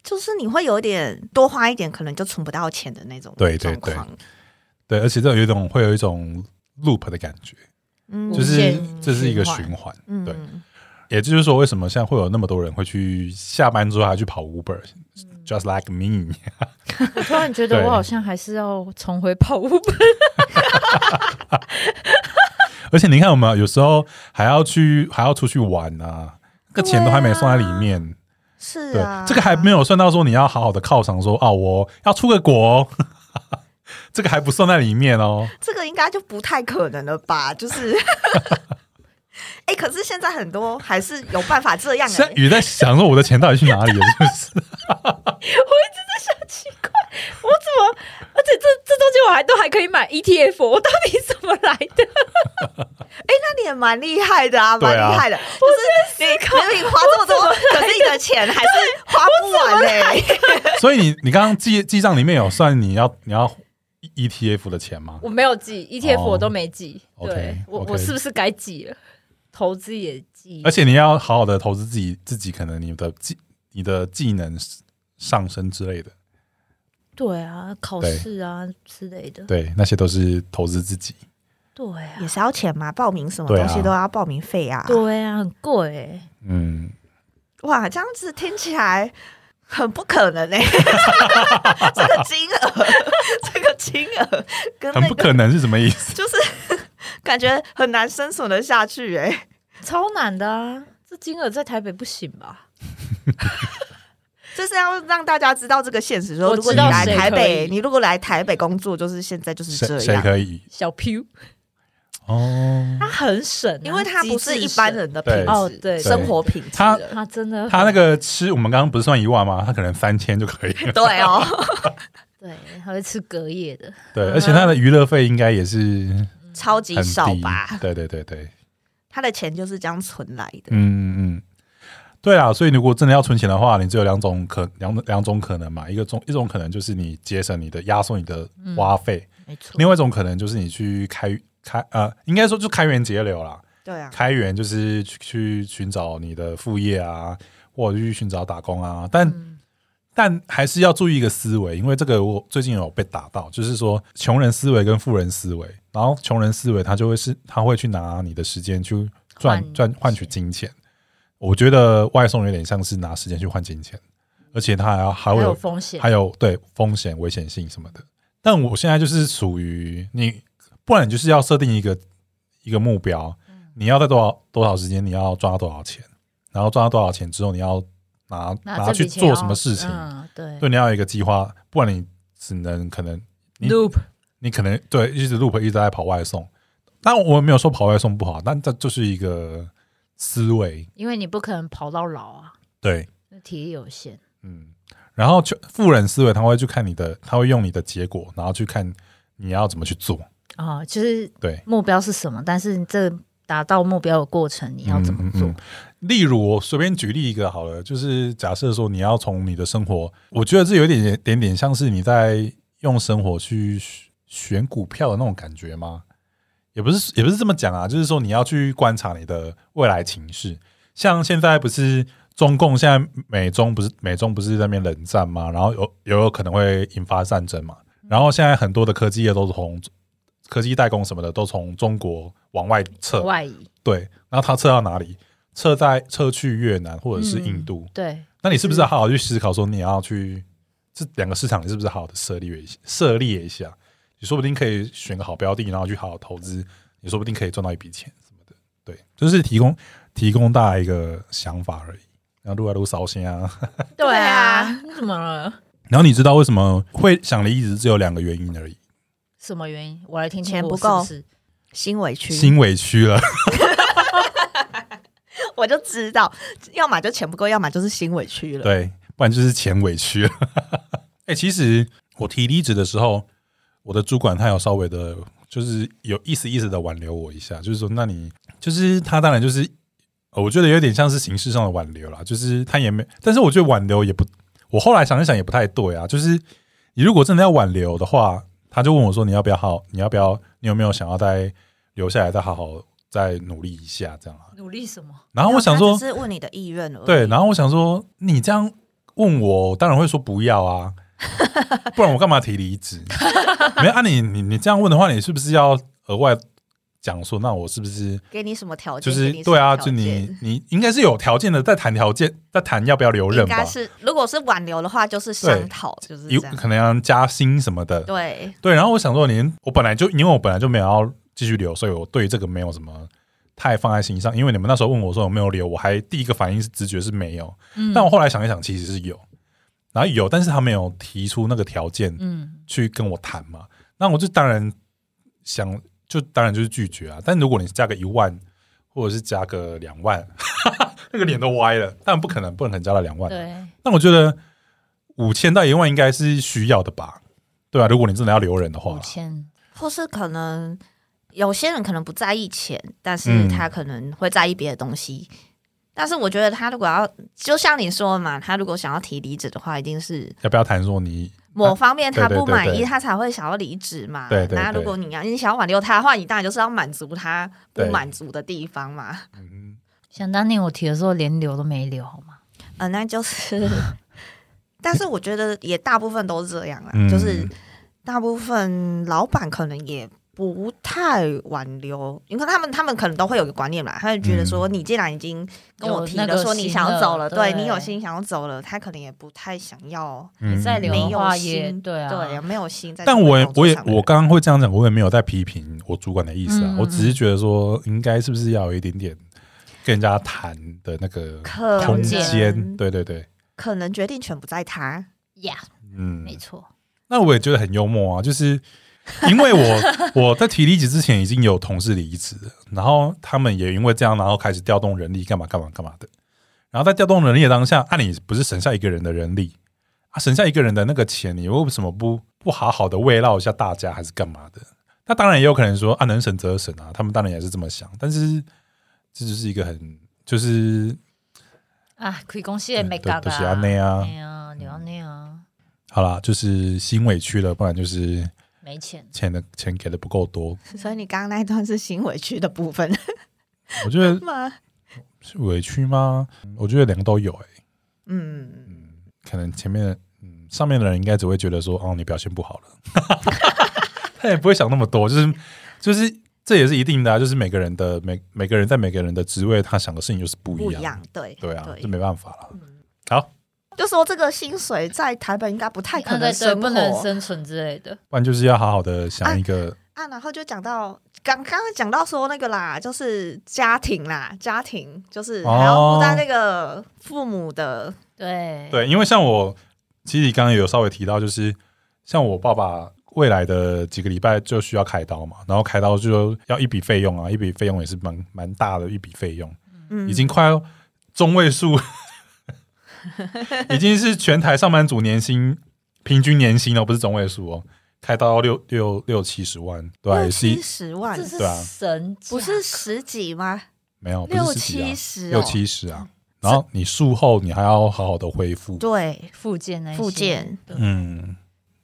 S3: 就是你会有点多花一点，可能就存不到钱的那种
S1: 对对
S3: 状况
S1: 对，而且这有一种会有一种 loop 的感觉，
S3: 嗯
S1: 就
S2: 无
S1: 是
S2: 限
S1: 这是一个
S2: 循环
S1: 循环。
S3: 嗯
S1: 对，也就是说，为什么现在会有那么多人会去下班之后还去跑 Uber，just
S2: 嗯
S1: like me。
S2: 我突然觉
S1: 对
S2: 得我好像还是要重回 跑步吧。
S1: 而且你看，我们有时候还要去，还要出去玩啊，那个钱都还没算在里面。
S3: 是
S1: 对
S3: 啊，，
S1: 这个还没有算到说你要好好的犒赏说啊，我要出个国、 哦，这个还不算在里面哦。
S3: 这个应该就不太可能了吧？ 就是，哎、可是现在很多还是有办法这样、
S1: 现在
S3: 欸，
S1: 雨在想说我的钱到底去哪里了，是不是？
S4: 奇怪，我怎么？而且这这东西我还都还可以买 ETF，我到底怎么来的？
S3: 那你也蛮厉害的啊，
S1: 对
S3: 蛮
S1: 啊
S3: 厉害的。就是你明明花这么多， 可是你的钱还是花不完欸嘞、
S1: 啊所以你你刚刚记记账里面有算你要你要 ETF 的钱吗？
S4: 我没有记 ETF，
S1: 哦
S4: 我都没记。
S1: OK，
S4: 对我
S1: OK
S4: 我是不是该记了？投资也记
S1: 而，且你要好好的投资自己，自己可能你的技你的技能上升之类的，
S2: 对啊，考
S1: 对
S2: 试啊之类的。
S1: 对，那些都是投资自己。
S2: 对啊，
S3: 也是要钱嘛，报名什么
S1: 对啊
S3: 东西都要报名费啊。
S2: 对啊，很贵欸
S1: 嗯，
S3: 哇，这样子听起来很不可能 哎、这个金额， 这个金额跟
S1: 很
S3: 那
S1: 不
S3: 个
S1: 可能是什么意思？
S3: 就是感觉很难生存的下去哎、
S2: 超难的啊！这金额在台北不行吧？
S3: 就是要让大家知道这个现实，说
S4: 我
S3: 如果
S1: 知
S3: 你
S1: 道
S3: 来
S1: 谁
S3: 台
S4: 可
S3: 北，
S4: 以
S3: 你如果来台北工作，就是现在就是
S1: 谁
S3: 这
S1: 谁
S3: 样，
S1: 可以？
S4: 小 Q，
S1: 哦，
S4: 他很省啊，
S3: 因为他不是一般人的品
S1: 对
S3: 质，
S4: 哦对
S3: 生活品质
S1: 他
S3: 了，
S2: 他真的
S1: 他那个吃，我们刚刚不是算一万吗？他可能三千就可以 了。
S3: 对 哦，
S2: 对，还会吃隔夜的。
S1: 对，而且他的娱乐费应该也是
S3: 超级
S1: 很
S3: 少
S1: 低
S3: 吧？
S1: 对对对对，
S3: 他的钱就是这样存来的，
S1: 嗯嗯。对啊，所以如果真的要存钱的话，你只有两种可两两种可能嘛，一个种一种可能就是你节省你的压缩你的花费，
S2: 没错，
S1: 另外一种可能就是你去开开呃，应该说就开源节流啦，
S3: 对啊，
S1: 开源就是去去寻找你的副业啊，或者去寻找打工啊，但、
S3: 嗯
S1: 但还是要注意一个思维，因为这个我最近有被打到，就是说穷人思维跟富人思维，然后穷人思维他就会是他会去拿你的时间去赚
S2: 换
S1: 赚换取金钱，我觉得外送有点像是拿时间去换金钱，而且他还要还
S2: 还
S1: 会啊
S2: 有
S1: 有
S2: 风险
S1: 还。有对风险、危险性什么的。但我现在就是属于你，不然你就是要设定一个一个目标，
S2: 嗯
S1: 你要在多少多少时间，你要赚到多少钱，然后赚到多少钱之后，你要拿
S2: 这
S1: 拿
S2: 笔
S1: 去
S2: 钱
S1: 做
S2: 要
S1: 什么事情，
S2: 嗯，对，
S1: 对，你要有一个计划，不然你只能可能你
S4: Loop
S1: 你可能对一直 loop 一直在跑外送。但我没有说跑外送不好，但这就是一个思维，
S2: 因为你不可能跑到老啊，
S1: 对，
S2: 那体力有限。
S1: 嗯，然后就富人思维，他会去看你的，他会用你的结果，然后去看你要怎么去做。
S2: 啊、就是
S1: 对
S2: 目标是什么，但是这达到目标的过程你要怎么做？
S1: 嗯嗯例如，我随便举例一个好了，就是假设说你要从你的生活，我觉得这有一点点点像是你在用生活去选选股票的那种感觉吗？也不是，也不是这么讲啊，就是说你要去观察你的未来情势。像现在不是中共现在美中不是美中不是在那边冷战嘛，然后有有有可能会引发战争嘛，然后现在很多的科技业都是从科技代工什么的都从中国往外撤，
S2: 外移，
S1: 对，然后它撤到哪里？撤在撤去越南或者是印度，
S2: 对，
S1: 那你是不是要好好去思考说你要去这两个市场，你是不是好好的涉猎一下？涉猎一下，你说不定可以选个好标的，然后去好好投资，你说不定可以赚到一笔钱什么的。对，就是提供提供大家一个想法而已。然后撸来撸烧仙啊，
S4: 对啊
S3: 啊，
S4: 你怎么了？
S1: 然后你知道为什么会想离职只有两个原因而已，
S2: 什么原因？我来听听
S3: 钱
S2: 我
S3: 不
S2: 是不
S3: 够
S2: 是
S3: 心委 屈，
S1: 心委屈了。
S3: 我就知道，要么就钱不够，要么就是心委屈了。
S1: 对，不然就是钱委屈了。 哎、其实我提离职的时候，我的主管他有稍微的，就是有意思意思的挽留我一下，就是说，那你就是他当然就是，呃我觉得有点像是形式上的挽留啦，就是他也没，但是我觉得挽留也不，我后来想一想也不太对啊，就是你如果真的要挽留的话，他就问我说：“你要不要好？你要不要？你有没有想要再留下来，再好好再努力一下这样啊
S2: 努力什么？”
S1: 然后我想
S3: 他
S1: 说
S3: 只，是问你的意愿而已。
S1: 对，然后我想说，你这样问我，我当然会说不要 啊，不然我干嘛提离职？ 没有，按、啊你你你这样问的话，你是不是要额外讲说，那我是不是
S3: 给你什么条件？
S1: 就
S3: 给
S1: 是
S3: 你什么
S1: 对啊？
S3: 条
S1: 就
S3: 件
S1: 你你应该是有条件的，在谈条件，在谈要不要留任
S3: 应
S1: 吧
S3: 该？是，如果是挽留的话，就是商讨，就是
S1: 有
S3: 这样。
S1: 可能要加薪什么的，
S3: 对，
S1: 对，然后我想说您，我本来就因为我本来就没有要继续留，所以我对这个没有什么太放在心上。因为你们那时候问我说有没有留，我还第一个反应是直觉是没有，
S2: 嗯
S1: 但我后来想一想，其实是有，然后有，但是他没有提出那个条件
S2: 嗯，
S1: 去跟我谈嘛。那我就当然想，就当然就是拒绝啊。但如果你加个一万，或者是加个两万， 那个脸都歪了，但不可能不可能加到两万啊。
S2: 对，
S1: 那我觉得五千到一万应该是需要的吧，对啊，如果你真的要留人的话
S2: 五，千，
S3: 或是可能有些人可能不在意钱，但是
S1: 嗯
S3: 他可能会在意别的东西。但是我觉得他如果要，就像你说的嘛，他如果想要提离职的话，一定是
S1: 要不要谈说你
S3: 某方面他
S1: 啊对对
S3: 不满
S1: 对
S3: 意，
S1: 对
S3: 他才会想要离职嘛。
S1: 对对
S3: 那
S1: 对
S3: 如果你要你想要挽留他的话，你当然就是要满足他不
S1: 对
S3: 满足的地方嘛。
S1: 嗯
S2: 想当年我提的时候连留都没留，好吗？
S3: 嗯，那就是， 但是我觉得也大部分都是这样啦，
S1: 嗯
S3: 就是大部分老板可能也不太挽留，因为他们他们可能都会有个观念啦，他就觉得说你既然已经跟我提
S2: 嗯有那个
S3: 说你
S2: 心
S3: 想要走
S2: 了
S3: 了，对
S2: 对
S3: 你有心想要走了，他可能也不太想要，
S1: 嗯
S2: 再留
S3: 没
S2: 的
S3: 有
S2: 话
S3: 心
S2: 也对啊，
S3: 对，没有心在这
S1: 但
S3: 份
S1: 我
S3: 工作上的
S1: 也
S3: 人。
S1: 我也我刚刚会这样讲，我也没有在批评我主管的意思啊，
S2: 嗯
S1: 我只是觉得说应该是不是要有一点点跟人家谈的那个
S3: 可
S1: 空间，
S3: 能
S1: 对对对，
S3: 可能决定权不在他，
S2: 呀，
S1: 嗯，
S2: 没错，
S1: 那我也觉得很幽默啊， 就是因为我 我在提离职之前已经有同事离职了，然后他们也因为这样，然后开始调动人力，干嘛干嘛干嘛的。然后在调动人力的当下，按、理不是省下一个人的人力啊，省下一个人的那个钱，你为什么不不好好的慰劳一下大家，还是干嘛的？那当然也有可能说啊，能省则省啊，他们当然也是这么想，但是这就是一个很就是
S2: 啊，开公司也没
S1: 对
S2: 干
S1: 都
S2: 啊，
S1: 是安内啊
S2: 哎呀，留安内啊，
S1: 好啦，就是心委屈了，不然就是
S2: 没钱，
S1: 钱的钱给的不够多。
S3: 所以你刚刚那一段是心委屈的部分
S1: 我觉得
S3: 吗？
S1: 是委屈吗？我觉得两个都有、欸，
S3: 嗯，
S1: 可能前面的嗯上面的人应该只会觉得说，哦，你表现不好了， 他也不会想那么多，就是就是这也是一定的、啊，就是每个人的每每个人在每个人的职位，他想的事情就是不
S3: 不
S1: 一
S3: 一样，对
S1: 对啊，这
S3: 对，嗯
S1: 没办法了。好，
S3: 就说这个薪水在台北应该不太可
S2: 啊对
S3: 能
S2: 对
S3: 生
S2: 不能
S3: 活
S2: 生存之类的，
S1: 不然就是要好好的想一个，
S3: 啊。然后就讲到刚刚刚讲到说那个啦，就是家庭啦，家庭就是
S1: 哦
S3: 还要负担那个父母的，
S2: 对，
S1: 对，因为像我其实你刚刚有稍微提到，就是像我爸爸。未来的几个礼拜就需要开刀嘛，然后开刀就要一笔费用啊，一笔费用也是蛮蛮大的一笔费用。
S3: 嗯，
S1: 已经快要中位数， 已经是全台上班族年薪平均年薪了，不是中位数哦，开到六六六七十万，对啊，
S3: 六
S1: 也是
S3: 七
S1: 一
S3: 十万
S2: 这，是
S1: 对啊
S2: 神价，
S3: 不是十几吗？
S1: 没有不
S3: 六
S1: 是十几啊
S3: 七，十，哦
S1: 六，七十啊。然后你术后你还要好好的恢复，
S3: 对，
S2: 附件那些
S3: 附件，
S1: 嗯，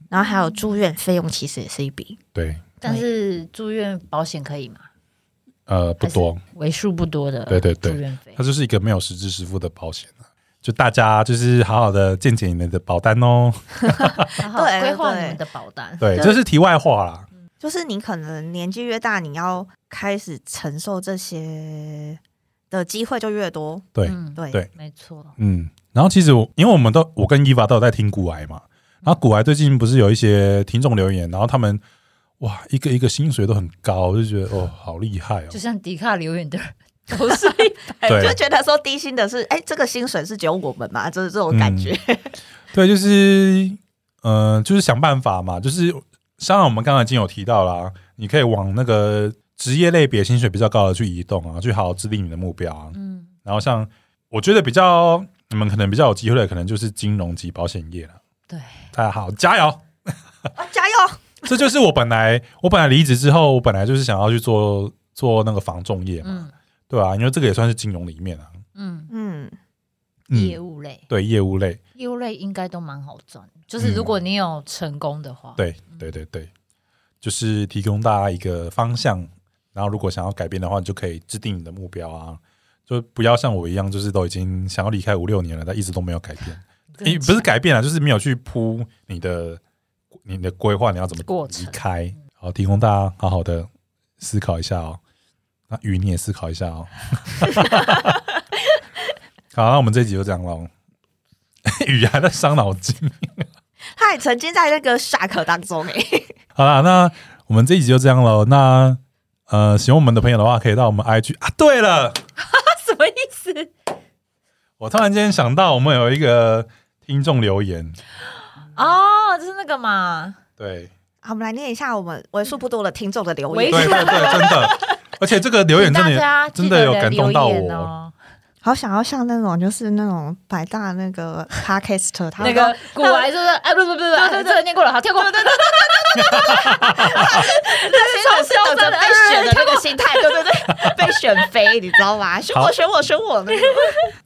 S3: 然后还有住院费用，其实也是一笔。
S1: 对，
S2: 但是住院保险可以吗？
S1: 呃，不多，
S2: 为数不多的，
S1: 对对对
S2: 住院
S3: 哎
S2: 费
S1: 它就是一个没有实质实付的保险啊。就大家就是好好的见解你们的保单哦，
S2: 好好
S3: 对
S2: 规划
S3: 对
S2: 你们的保单，
S1: 对，
S3: 对
S1: 这是题外话啦，
S3: 就是你可能年纪越大，你要开始承受这些的机会就越多。
S1: 对，
S2: 嗯，
S3: 对，
S1: 对
S2: 没错，
S1: 嗯，然后其实我因为我们都我跟伊娃都有在听古癌嘛，然后古癌最近不是有一些听众留言，然后他们哇一个一个薪水都很高，我就觉得哦好厉害哦
S2: 就，像迪卡留言的 人都是一
S3: 就
S1: 对
S3: 觉得说低薪的是，哎、这个薪水是只有我们嘛，就是这种
S1: 嗯
S3: 感觉。
S1: 对，就是呃就是想办法嘛，就是当然我们刚才已经有提到啦，你可以往那个职业类别薪水比较高的去移动啊，去好好制定你的目标啊，
S2: 嗯
S1: 然后像我觉得比较你们可能比较有机会的，可能就是金融及保险业了，
S2: 对，
S1: 大家好加油！
S3: 啊，加油！
S1: 这就是我本来我本来离职之后，我本来就是想要去做做那个防重业嘛，
S2: 嗯
S1: 对啊，因为这个也算是金融里面啊，
S2: 嗯，
S3: 嗯，
S2: 业
S1: 嗯，
S2: 务类，
S1: 对业务类，嗯
S2: 业务类应该都蛮好赚，就是如果你有成功的话，
S1: 对对对对，就是提供大家一个方向。然后如果想要改变的话，你就可以制定你的目标啊，就不要像我一样，就是都已经想要离开五六年了，但一直都没有改变。
S2: 真的
S1: 你不是改变啊，就是没有去铺你的你的规划，你要怎么
S2: 过
S1: 离
S2: 程
S1: 开？好，提供大家好好的思考一下哦。那鱼你也思考一下哦。 好，那我们这一集就这样 喽。雨还在伤脑筋。
S3: 他也曾经在那个 shark 当中哎、
S1: 好啦，那我们这一集就这样喽。那呃，喜欢我们的朋友的话，可以到我们 IG 啊。对了，
S4: 什么意思？
S1: 我突然间想到，我们有一个听众留言，
S2: 哦，就是那个嘛，
S1: 对，
S3: 好，我们来念一下我们为数不多的听众的留
S1: 对
S3: 言。
S1: 对对，真的，而且这个留言真
S2: 请大
S1: 的
S2: 家
S1: 真的有
S2: 记得
S1: 感动到
S2: 留言
S1: 我。
S2: 哦。
S3: 好想要像那种就是那种百大那个 podcast，他
S5: 那 个古来就是哎，不是不是不是，这个念过了，好跳过。
S3: 那是等着
S5: 哎
S3: 被选的那个心态，对对对， 被选飞，你知道吗？选
S1: 好
S3: 我选我选我那个。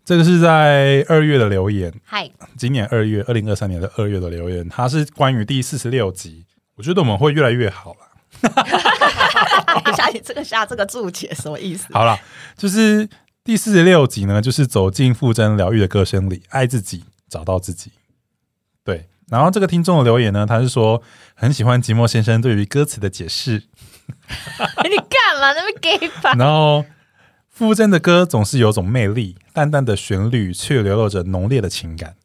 S1: 这个是在二月的留言，
S5: 嗨，
S1: 今年二月，二零二三年的二月的留言，它是关于第四十六集。我觉得我们会越来越好了。
S3: 等一哎下，你这个下这个注解什么意思？
S1: 好了，就是第四十六集呢，就是走进傅真疗愈的歌声里，爱自己，找到自己。对，然后这个听众的留言呢，他是说很喜欢寂寞先生对于歌词的解释，
S5: 哎
S4: 你干嘛那么 gay 吧？
S1: 然后傅真的歌总是有种魅力，淡淡的旋律却流露着浓烈的情感。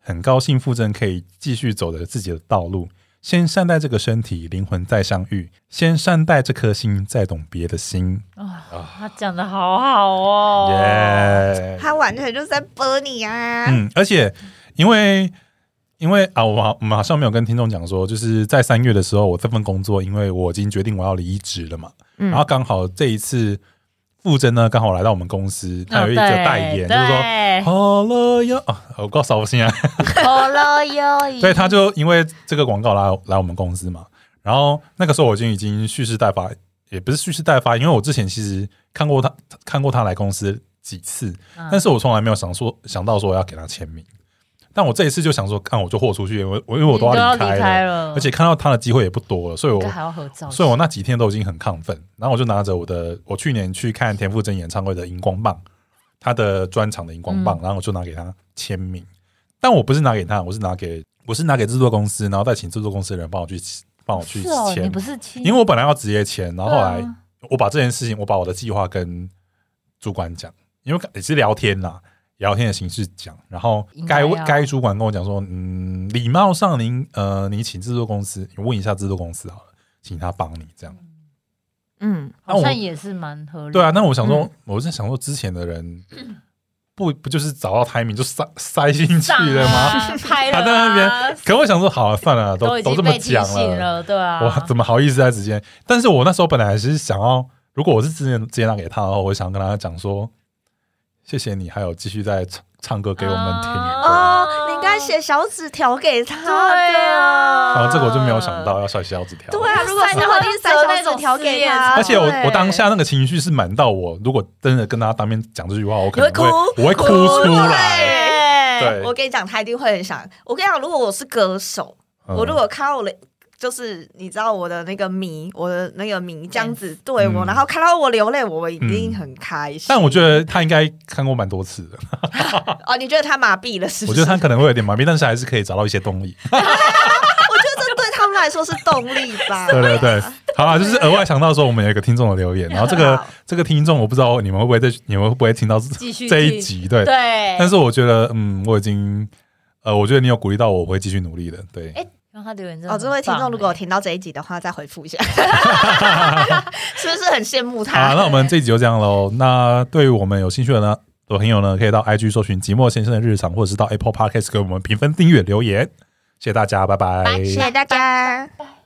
S1: 很高兴傅真可以继续走着自己的道路，先善待这个身体，灵魂再相遇；先善待这颗心，再懂别的心。
S2: 他讲的好好
S1: 耶、
S2: 哦，
S3: 他完全就是在播你啊！
S1: 嗯，而且因为因为啊，我好我们好像没有跟听众讲说，就是在三月的时候，我这份工作，因为我已经决定我要离职了嘛，
S3: 嗯
S1: 然后刚好这一次。傅真呢，刚好来到我们公司，他有一个
S2: 哦对
S1: 代言，就是说
S2: 对
S1: 好了哟，啊我够扫兴啊！
S2: 好了哟，
S1: 对，他就因为这个广告来来我们公司嘛，然后那个时候我已经已经蓄势待发，也不是蓄势待发，因为我之前其实看过他看过他来公司几次，
S2: 嗯
S1: 但是我从来没有想说想到说要给他签名，但我这一次就想说，看我就豁出去，我我因为我都
S2: 你
S1: 要
S2: 要
S1: 离开了，
S2: 开了，
S1: 而且看到他的机会也不多了，所以我
S2: 应该嗯还要合照，
S1: 所以我那几天都已经很亢奋，然后我就拿着我的我去年去看田馥甄演唱会的荧光棒，他的专场的荧光棒，
S2: 嗯
S1: 然后我就拿给他签名。但我不是拿给他，我是拿给我是拿给制作公司，然后再请制作公司的人帮我去帮我去
S2: 是哦，
S1: 签，
S2: 你不是亲，
S1: 因为我本来要直接签，然后后来
S2: 对啊
S1: 我把这件事情，我把我的计划跟主管讲，因为也是聊天啦，聊天的形式讲，然后
S2: 应该
S1: 该
S2: 要
S1: 该主管跟我讲说，嗯，礼貌上您呃，你请制作公司，你问一下制作公司好了，请他帮你这样。
S3: 嗯，
S1: 那
S2: 好
S1: 我
S2: 像也是蛮合理，
S1: 对啊，，那我想说，
S3: 嗯
S1: 我是想说之前的人不不就是找到 timing 就塞塞进去了吗？
S2: 啊？ 拍
S1: 他在
S2: 了
S1: 那
S2: 啊
S1: 边，，可我想说，好了、啊算了，都
S2: 都已经
S1: 这么
S2: 被提
S1: 讲
S2: 醒了，对啊，
S1: 我怎么好意思在直接？但是我那时候本来是想要，如果我是之前直接拿给他的话，我想跟他讲说，谢谢你，还有继续在唱唱歌给我们听。
S2: 啊
S3: 哦，你应该写小纸条给他。
S2: 对啊
S1: 对然后这个我就没有想到要甩小纸条。
S3: 对啊，如果是
S5: 塞
S3: 我一定塞
S5: 小纸
S3: 小纸条给他。
S1: 而且我
S3: 对
S1: 我当下那个情绪是满到我，如果真的跟他当面讲这句话，我可
S3: 你
S1: 能
S3: 会哭
S1: 会，我会哭出来。
S3: 来
S1: 对
S3: 哎我跟你讲，他一定会很想。我跟你讲，如果我是歌手，
S1: 嗯
S3: 我如果看到我的，就是你知道我的那个迷，我的那个迷这样子对我，
S1: 嗯
S3: 然后看到我流泪，我一定很开心。
S1: 但我觉得他应该看过蛮多次的，
S3: 哦，你觉得他麻痹了是不
S1: 我
S3: 是？
S1: 觉得 他可能会有点麻痹，但是还是可以找到一些动力。
S3: 我觉得这对他们来说是动力吧。
S1: 对对对，好啦，就是额外想到说我们有一个听众的留言，然后这个
S3: 好
S1: 这个听众我不知道你们会不会在你们会不会听到
S2: 继续
S1: 这一
S2: 听
S1: 集对，
S2: 对，
S1: 但是我觉得嗯，我已经呃，我觉得你有鼓励到我，我会继续努力的。对，
S2: 哎，让他留言真的
S3: 哦，
S2: 很棒，
S3: 这位听众，
S2: 哎
S3: 如果有听到这一集的话，再回复 一下，是不是很羡慕
S1: 好啦，啊
S3: 他？
S1: 那我们这一集就这样喽。那对于我们有兴趣的呢的朋友呢，可以到 IG 搜寻“寂寞先生的日常”，或者是到 Apple Podcast 给我们评分、订阅、留言。谢谢大家，拜拜
S3: 谢谢大家。